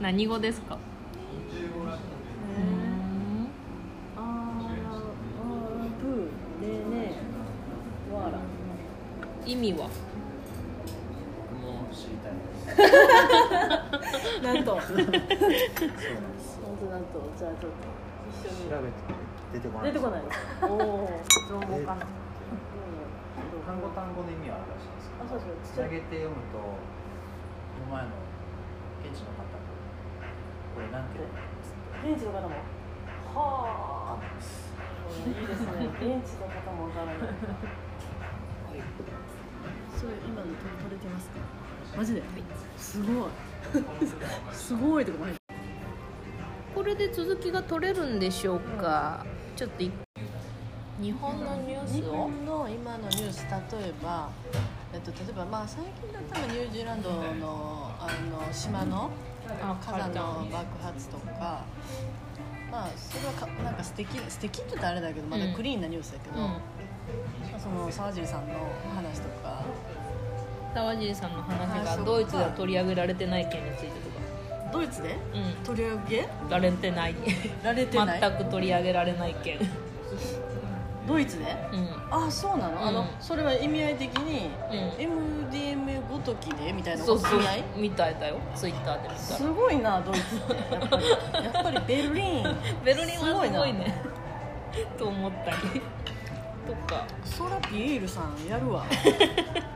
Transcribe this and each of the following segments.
何語ですかうんあーあーブーねえねえわら意味は僕も知りたいですなんとなんとなんとそうなんですじゃあちょっと一緒に調べて出てこない出てこないのおお情えー報かな単語単語の意味はあるらしいんですけどあそうそうつなげて読むとこの前の現地の方がこれなんて言うのベンチの方もはああすいいですねベンチの方もわからないそれ今の撮れてますかマジで、すごいすごいとかも入ってこれで続きが取れるんでしょうか、ちょっとい日本のニュー日スを本の今のニュース例えば、えっと、例えば、まあ、最近だったらニュージーランドのあの島のあ火山の爆発とか、まあ、それはかなんか素敵素敵って言ったらあれだけどまだうんクリーンなニュースだけど、うんその沢尻さんの話とか沢尻さんの話あそがっかドイツでは取り上げられてない件についてドイツでとかうん取り上げられてないられてない全く取り上げられない件ドイツでうんあそうなの,、あうんのそれは意味合い的に、う MDMA ごときでみたいなそう意そう味合いみたいだよツイッターで見たすらごいなドイツってやっぱりやっぱりベルリンベルリンはすごいすごいねと思ったりとかそらピエールさんやる わ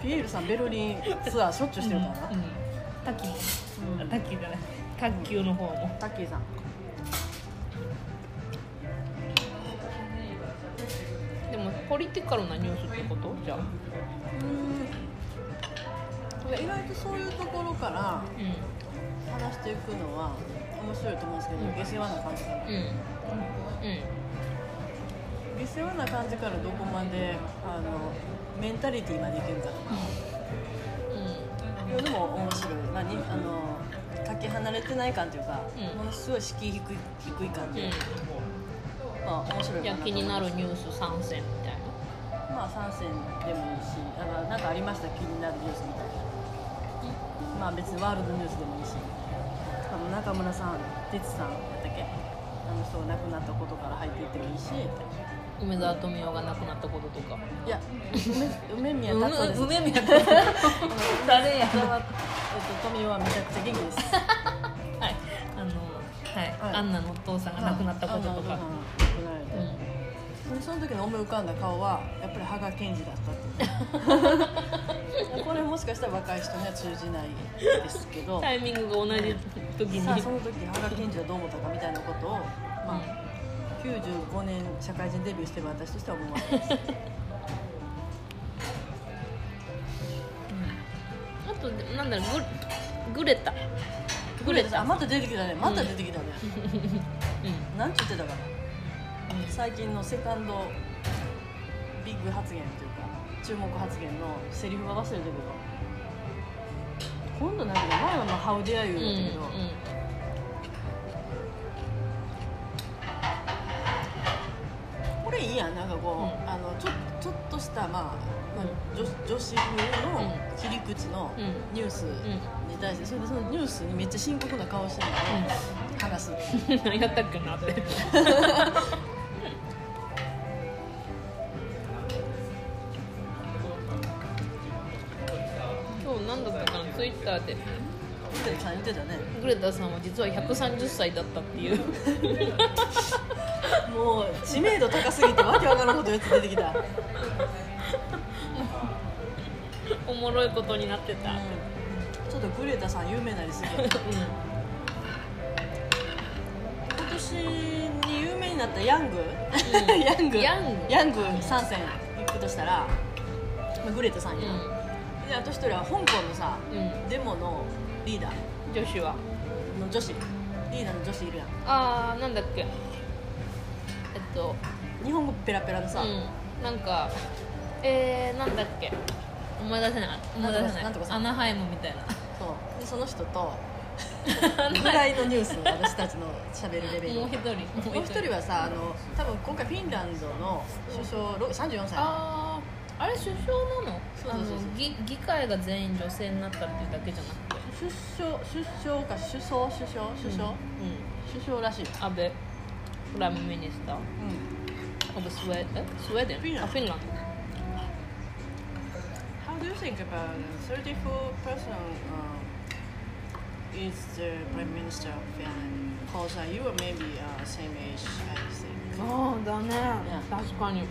ピエールさんベルリンツアーしょっちゅうしてるからな、うんうんタッキーもうんタッキーじゃない卓球の方もタッキーさんでもポリティカルなニュースってことじゃあうん意外とそういうところからう話していくのは面白いと思うんですけど、うん下世話な感じから、んうんうん下世話な感じからどこまであのメンタリティーまでいけるかとかいうのも面白い、まあ、にあのかけ離れてない感というか、うんものすごい敷居低い低い感うじ、んまあ、面白ういかんじなゃあと気になるニュスース参戦みたいなまあ3選でもいいしだからなんかありました気になるニュースみたいなまあ別にワールドニュースでもいいし多分中村さん哲さんだったっけあの人が亡くなったことから入っていってもいいしい梅沢富美男が亡くなったこととかや梅梅宮う達夫です梅宮達夫誰や梅沢えっと富美男はめちゃくちゃ元気ですはい、あの、ははいい、アンナのお父さんが 亡くなったこととあか。あなるほうどんでその時の思い浮かんだ顔はやっぱり羽賀健二だった っていうこれもしかしたら若い人には通じないですけどタイミングが同じ時に。さあその時羽賀健二はどう思ったかみたいなことを、まあ、95年社会人デビューしてる私としては思います あと、なんだろう、グ、グレタ。グレタ。あまた出てきたねまた出てきたね、うん、なんて言ってたかな、最近のセカンドビッグ発言というか注目発言のセリフは忘れたけど今度なんか前はまあ「ハウディアユうん、ー」だったけど、うこれいいやんなんかこう、うんあのちょちょっとした、まあまあ、女女子風の切り口のん、うん、ニュースうん、うんに対してそれでそのニュースにめっちゃ深刻な顔してるので話す何やったっけなって。今日何だったかな、ツイッターで。みたいな感じでたねグレタさんは実は130歳だったって いう。もう知名度高すぎてわけわからんことやつ出てきた、おもろいことになってた。ちょっとグレタさん有名になりすぎ やう今年に有名になったヤング、ヤング ヤングヤング参戦行くとしたら、まあ、グレタさんん、や、うん。であと一人は香港のさうデモのリーダーん、女子はの女子リーダーの女子いるやんあーなんだっけえっと日本語ペラペラのさ、うんなんかえー、なんだっけ思い出せない思い出せないなんとかさんなんとかさんアナハイムみたいなそうでその人 とぐらいのニュース私たちのしゃべるレベルもうも一人う一人はさあの多分今回フィンランドの首相ろ34歳あーあれ首相なのそうそうそうそうあの議議会が全員女性になったっていうだけじゃなくて出生出生か首相首相首相、うん首相らしいよ、安倍プライムミニスターオブスウェーデンスウェーデンフィンランドあフィンランド How do you think about 34 person is the prime minister of Finland? Because you are maybe same age, I think. ああだね確かに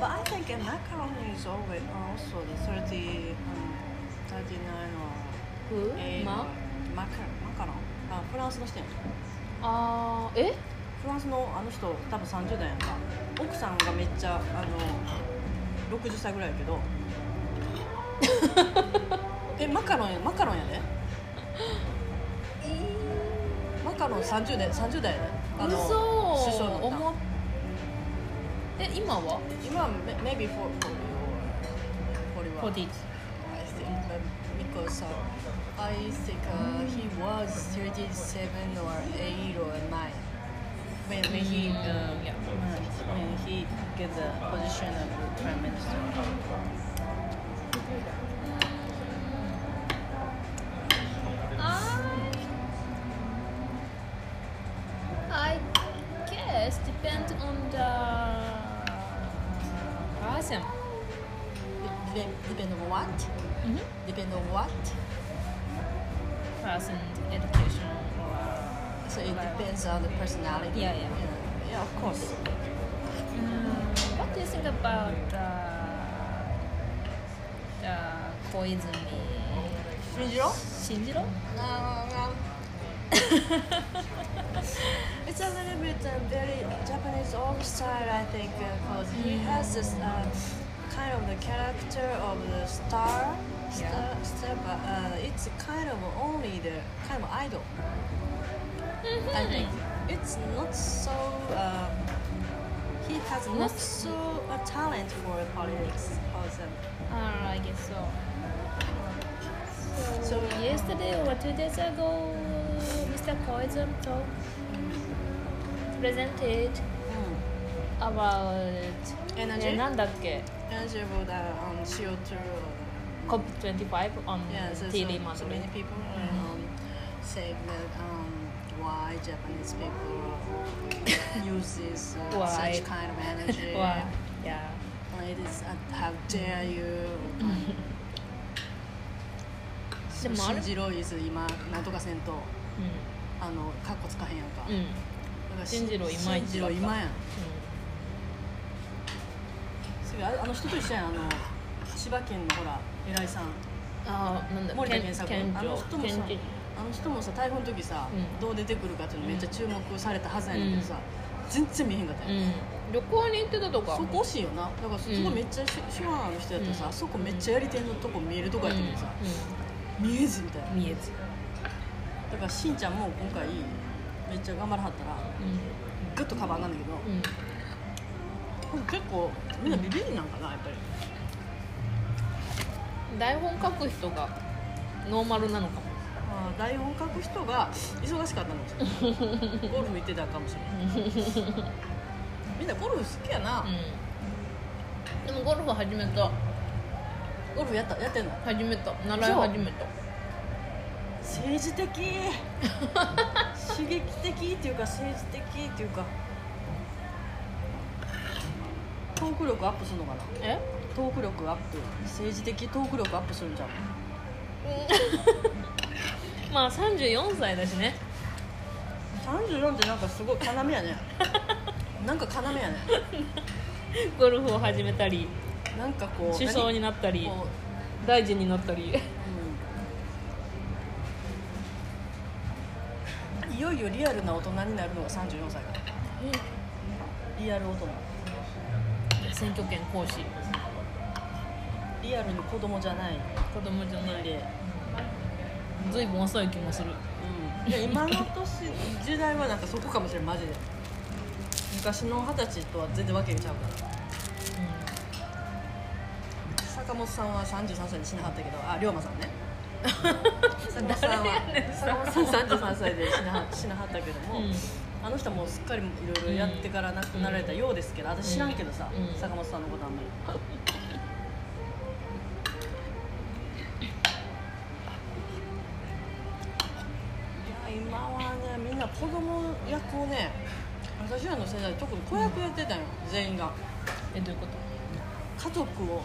But I think in that country is always also the 30, um, 39 or 8 or ま Macron. Macron? あフランスの人やんあーえフランスのあの人多分30代やんか奥さんがめっちゃあの60歳ぐらいやけどえマカロンやマカロンやねマカロン30代30代やねあの嘘首相になった思っえ今は今は may- maybe 40 or 41 40 I think but because uh, I think uh, he was 37 or 8 or 9 when, when he uh, yeah. when he get the position of the prime minister. I I guess depend on the person. Depend, depend on what? Mm-hmm. Depend on what? Person education or uh, So it depends on the personality. Yeah, yeah. Yeah, yeah of course. what do you think about uh, the Koizumi Shinjiro? Shinjiro? it's a little bit uh, very Japanese old style, I think, uh, because he has this uh, kind of the character of the star, star, Yeah. star but uh, it's kind of only the kind of idol. I think it's not so. Um, he has not so a talent for politics, because um, Uh, I guess so. So yesterday or two days ago, Mr. Koizum talk presented about Energy? えなんだっけ tangible the um, CO2 or COP25 on Yeah, so, so, TV so Monday. many people um, say that um, why Japanese people use this uh, Why? such kind of energy. Wow. Yeah. It is uh, how dare you. でもあれ信じろ is 今なんとかせんとうあのカッコつかへんやんか。ん。うん。だから信じろ今信じろ今やん。うすぐああの人と一緒やんあの千葉県のほら偉いさん。ん。ああ、なんだ森田健作健あの人もさ健あの人もさ台風の時さ、うんどう出てくるかっていうのめっちゃ注目されたはずやねんけどさ、全然見えへんかったやんうん。旅行に行ってたとか。そこ惜しいよなだからそこめっちゃ手話の人やったらさ、うんあそこめっちゃやり手のとこ見えるとこうやんったけどさ、見えずみたいなうん。見えず。だからしんちゃんも今回めっちゃ頑張らはったらうグッとカバンなんだけど、ん。うん。結構みんなビビりなんかなやっぱり台本書く人がノーマルなのかも、あー台本書く人が忙しかったのかも しれないゴルフ行ってたかもしれないみんなゴルフ好きやな、でもゴルフ始めたゴルフやったやってんの始めた習い始めた政治的刺激的っていうか政治的っていうかトーク力アップするのかなえトーク力アップ政治的トーク力アップするんじゃんまあ34歳だしね34ってなんかすごい要やねなんか要やねゴルフを始めたりなんかこう首相にななったりこ大臣になったりう、うん、いよいよリアルな大人になるのが34歳だリアル大人 選挙権行使リアルに子供じゃない子供じゃない年齢ずいぶん遅い気もするうん、で今の年時代はなんかそこかもしれんマジで昔の二十歳とは全然わけがちゃうから坂本さんは33歳にしなかったけどあ龍馬さんね 坂本さんは 坂本さん33歳でしなはしなはったけども、うんあの人もすっかりいろいろやってから亡くなられたようですけど、私知らんけどさ、うん坂本さんのことあんまり子供役をね私らの世代特に子役やってたよ、全員がえどういうこと家族を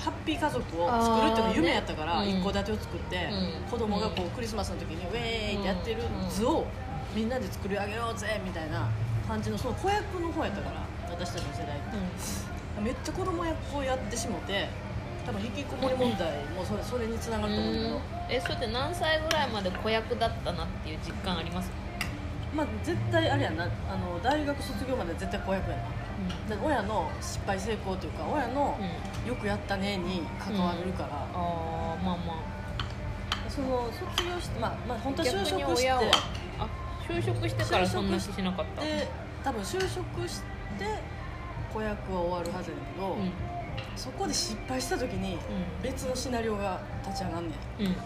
ハッピー家族を作るっていうのが夢やったからあーね一戸建てを作って、うん子供がこうクリスマスの時にウェーイってやってる図をみんなで作り上げようぜみたいな感じのその子役の方やったから私たちの世代ってめっちゃ子供役をやってしもて多分引きこもり問題もそれそれにつながると思うんだけど、えそれって何歳ぐらいまで子役だったなっていう実感ありますまあ絶対あれやなあの大学卒業まで絶対子役やなだから親の失敗成功というか親のうん、よくやったねに関われるから、ああまあまその卒業してまあまああ本当は就逆に職して親はあ就職してからそんなししなかったで多分就職して子役は終わるはずやねんけど、うんそこで失敗した時に別のシナリオが立ち上がんねんうん、うん、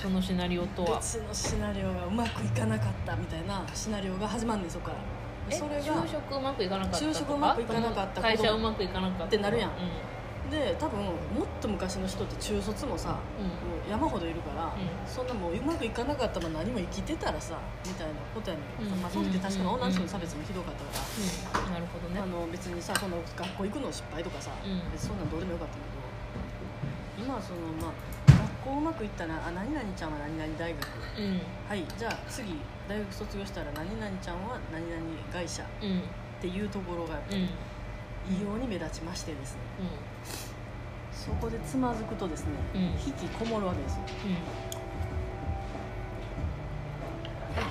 そのシナリオとは別のシナリオがうまくいかなかったみたいなシナリオが始まんねんそこからえそれが就職うまくいかなかったとか就職うまくいかなかった会子社供うまくいかなかったってなるやんうんで多分もっと昔の人って中卒もさもうう山ほどいるから、うそんなもううまくいかなかったまま何も生きてたらさみたいなことやねんけどさ、うんまあ、その時確かにうん女の人の差別もひどかったから、ん、うん、なるほどねあの別にさその学校行くの失敗とかさ、うん別にそんなんどうでもよかったんだけど今はそのまあ学校うまくいったら「あ何々ちゃんは何々大学」うんはいじゃあ次大学卒業したら「何々ちゃんは何々会社」っうんていうところがうん異様に目立ちましてですねそこでつまずくとですね、うん引きこもるわけですよ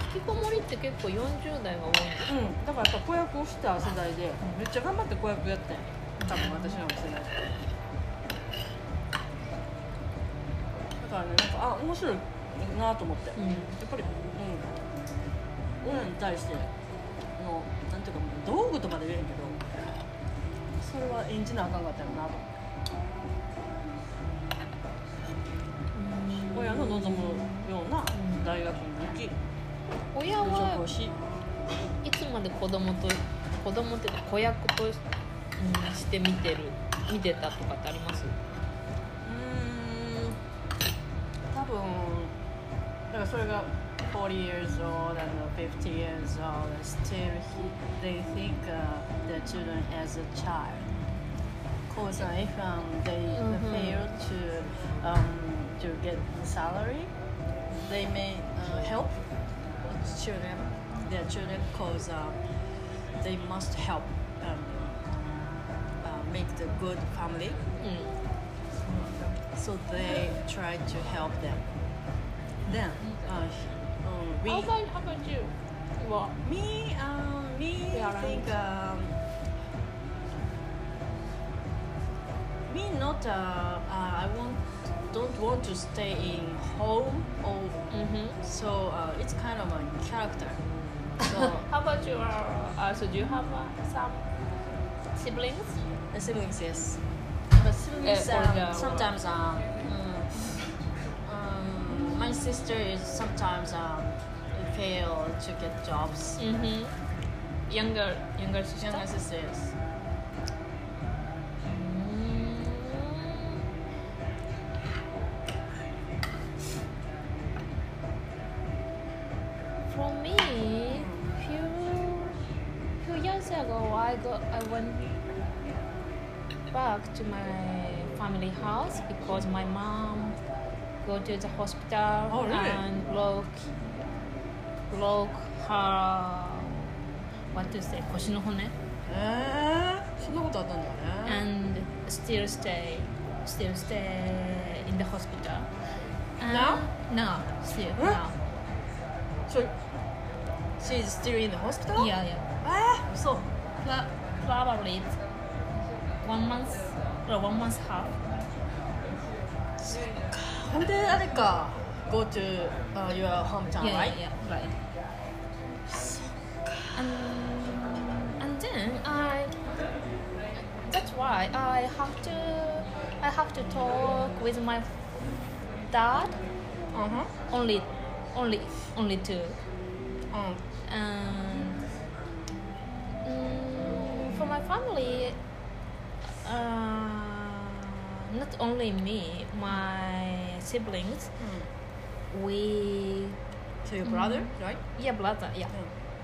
うん引きこもりって結構40代が多いんだうん、だからやっぱ子役をした世代でめっちゃ頑張って子役やったんや多分私らの世代ってだからねなんかあ面白いなと思って、やっぱりうん親に対してのなんていうかもう道具とかで言えへんけどそれは演じなあかんかったよなと思って親の望むような大学に行き親就職はをしいつまで子供と子供っていうか子役と、うん、して見てる見てたとかってありますうーん多分だからそれが40 years old and 50 years old and still he, they think uh, their children as a child cause uh, if um, they Mhm. fail to um, to get salary they may uh, help children their children cause um, they must help um, uh, make the good family うん so they try to help them. Then, uh, um, we, How about, how about you? は me, um, me, Yeah, I think, um, me not. Uh, uh, I want don't want to stay in home or うんふん so. Uh, it's kind of a character. So How about your uh, so do you have uh, some siblings? the siblings, yes, but siblings Eh, or um, the- sometimes um, mm, um, my sister is sometimes um, fail to get jobs. Mm-hmm. Younger younger sister. Young sisters. For me, few few years ago, I got I went back to my family house because my mom go to the hospital Oh, really? and broke broke her what to say 腰の骨えー、そんなことあったんだよね。 and still stay still stay in the hospital. And Now? No, still Huh? now. So, she's still in the hospital? Yeah, yeah. えー、嘘。 Pro- probably it's one month or one month half. ほんで、あれか。Go to、uh, your hometown, right? yeah, yeah, yeah, right. And, and then I that's why I have to I have to talk with my dad Uh-huh. only only only two. うん。 and mm, Um, for my family uh, not only me my siblings we So mm. your brother, right? Yeah, brother. Yeah,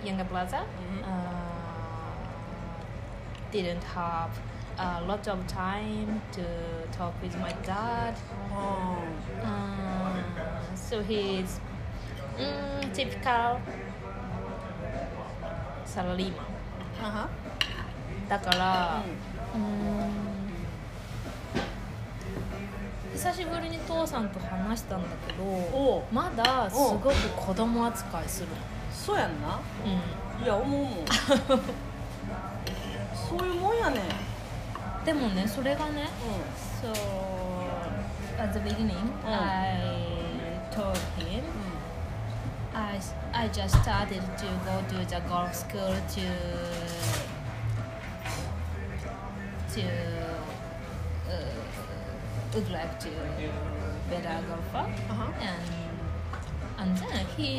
younger brother Mhm. uh, didn't have a lot of time to talk with my dad. Oh. Uh, so he's mm, typical salaryman. Uh-huh. だから、Mm. うーん久しぶりに父さんと話したんだけおうどまだすごく子供扱いするそうやんな。の、いや思うもん。そういうもんやね。うん、でもねそれがうね So at the beginning、うん I told him ん。うん。 I, I just started to go to the golf school to to uh, would like to better golfer Uh-huh. and and then he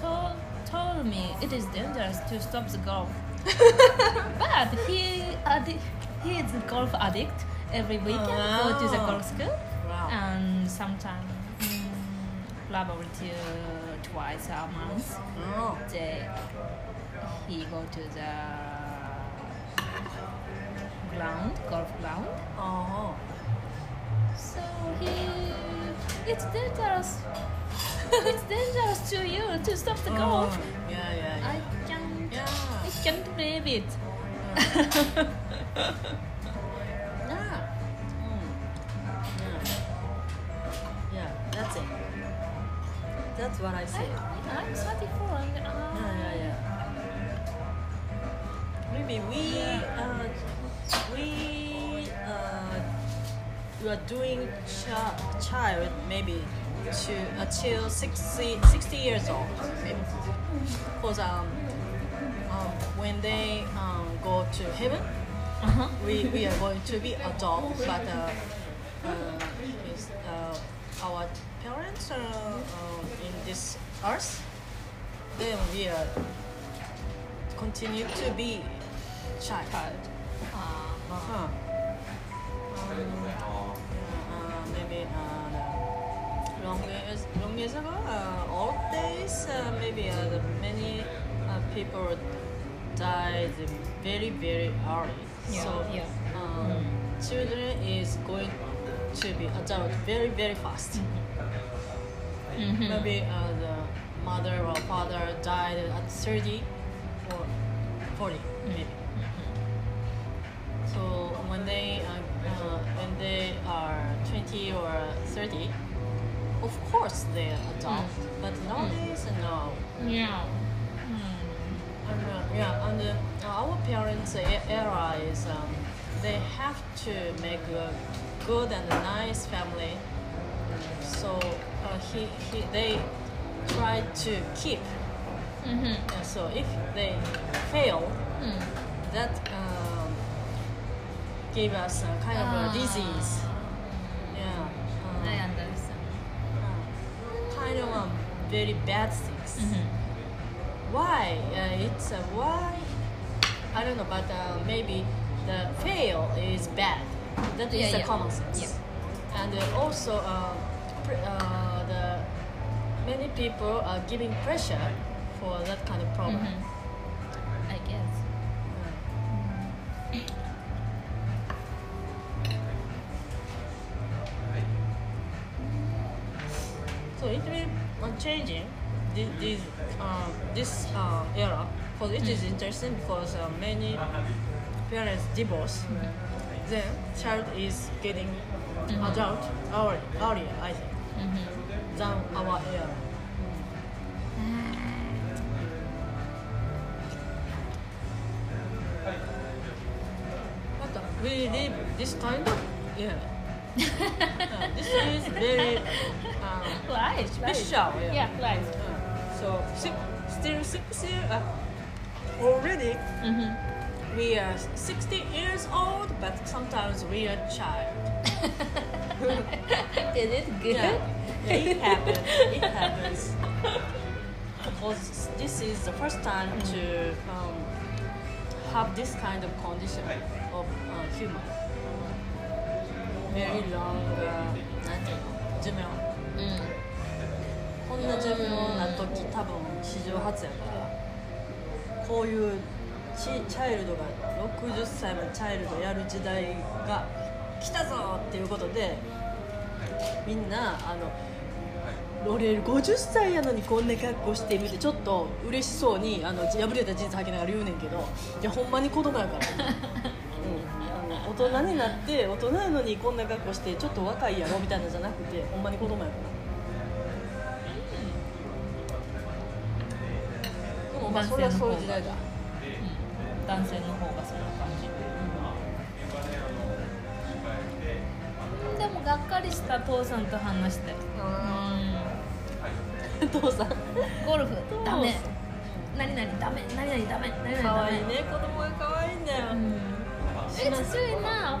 told told me it is dangerous to stop the golf but he addi- he is a golf addict every weekend go to the Wow. golf school Wow. and sometimes mm, probably two, twice a month Oh. they, he go to the ground golf ground Oh. so he it's dangerous it's dangerous to you to stop Oh. the golf Yeah, yeah, yeah. i can't Yeah. i can't believe it Yeah. Mm. Yeah. Yeah, that's it. That's what I I, say. i'm 34 and Yeah, uh, yeah, yeah. Maybe we uh, we uh, we are doing chi- child maybe to until 60, 60 years old maybe because um, um, when they um, go to heaven uh-huh. we, we are going to be adult, but uh, uh, is, uh, our parents are um, in this earth, then we are continue to be child. Uh, Huh. Um, uh, maybe uh, long years, long years ago, uh, old days, uh, maybe uh, the many uh, people died very, very early. Yeah, so yeah. Um, children is going to be adult very, very fast. mhm. Maybe uh, the mother or father died at 30 or 40, maybe. So when they uh, uh, when they are 20 or 30, of course they are adult. But nowadays, no. Mm-hmm. yeah And, uh, yeah, and uh, our parents' e- era is um, they have to make a good and nice family. So uh, he, he, they try to keep. mm-hmm. And so if they fail, Mm. that um, gave us a kind of a disease. Yeah. um, I Ah. understand. uh, kind of um, very bad things. Mhm. why uh, it's a why i don't know but uh, maybe the fail is bad that is Yeah, the yeah. common sense and uh, also uh, pre- uh, the many people are giving pressure for that kind of problem Mhm. I guess. So it will uh, changing this this, um, this uh, era. For it is interesting because uh, many parents divorce, then child is getting adult early, earlier, I think, than our era. But uh, we live this kind of yeah. Uh, this is very. Um, Right, right. Special, yeah. Uh, Yeah, right. So si- still six years uh, already. We are 60 years old, but sometimes we are child. Is it good? Yeah, Yeah, it happens. It happens. Because this is the first time to um, have this kind of condition of uh, human. Very long, uh, なんていうの寿命。 Mm. ここんな寿命な時多分史上初やからこういうチチャイルドが60歳までチャイルドやる時代が来たぞっていうことでみんなあの俺50歳やのにこんな格好してるってちょっと嬉しそうにあの破れたジーンズ履きながら言うねんけどいやほんまに子供や から。うんあの大人になって大人なのにこんな格好してちょっと若いやろみたいなのじゃなくてほんまに子供やからでもまあそれはそういう時代だ うん男性の方がそんな感じうんでもがっかりした父さんと話してう父さんんゴルフ父さんダメ何々ダメ何々ダメ何々ダメ可愛いね子供が可愛いんだようんしな It's true now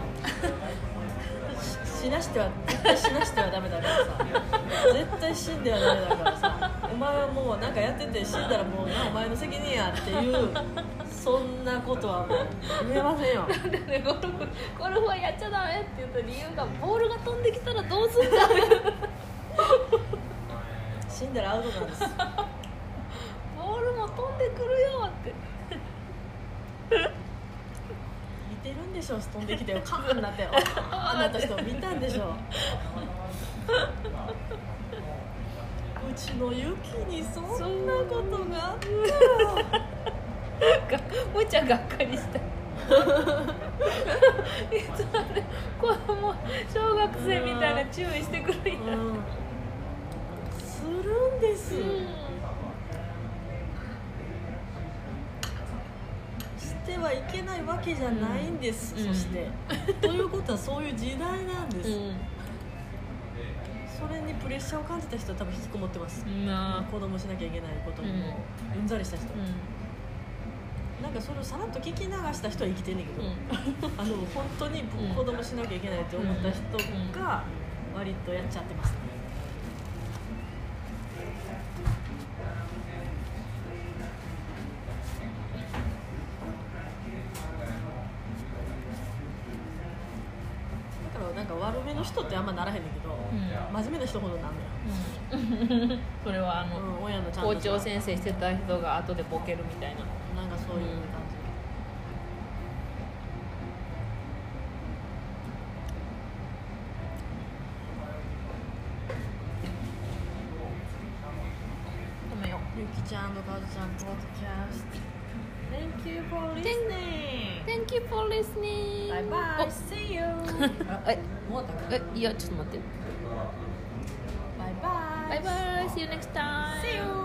死なしては絶対死なしてはダメだからさ絶対死んではダメだからさお前はもうなんかやってて死んだらもうなお前の責任やっていうそんなことはもう言えませんよでゴルフゴルフはやっちゃダメって言った理由がボールが飛んできたらどうすんだ死んだらアウトなんですボールも飛んでくるよって似てるんでしょ飛んできてよカーンなってよあーンなった人見たんでしょうちのユキにそんなことがあったらがむちゃがっかりしたいつまで子供小学生みたいな注意してくるんやうんするんですしてはいけないわけじゃないんです、うんそして、ということはそういう時代なんです、それにプレッシャーを感じた人は多分引きこもってます、うんな子供しなきゃいけないことうにんもううんざりした人、うなんかそれをさらっと聞き流した人は生きてんねんけど、んうん あの本当に子供しなきゃいけないって思った人が割とやっちゃってます、ねだからなんか悪めの人ってあんまならへんねんけど、ん真面目な人ほどなんのよ、うんそれはあの、うん、親のちゃんと校長先生してた人が後でボケるみたいななんかそういう感じ、止めよゆきちゃんとかずちゃんポッドキャスト Thank you for listening! う Thank you for listening! Oh, eh, Bye bye! See you! Uh, おえもうたかえいやちょっと待って Bye bye! Bye bye! See you next time! See you!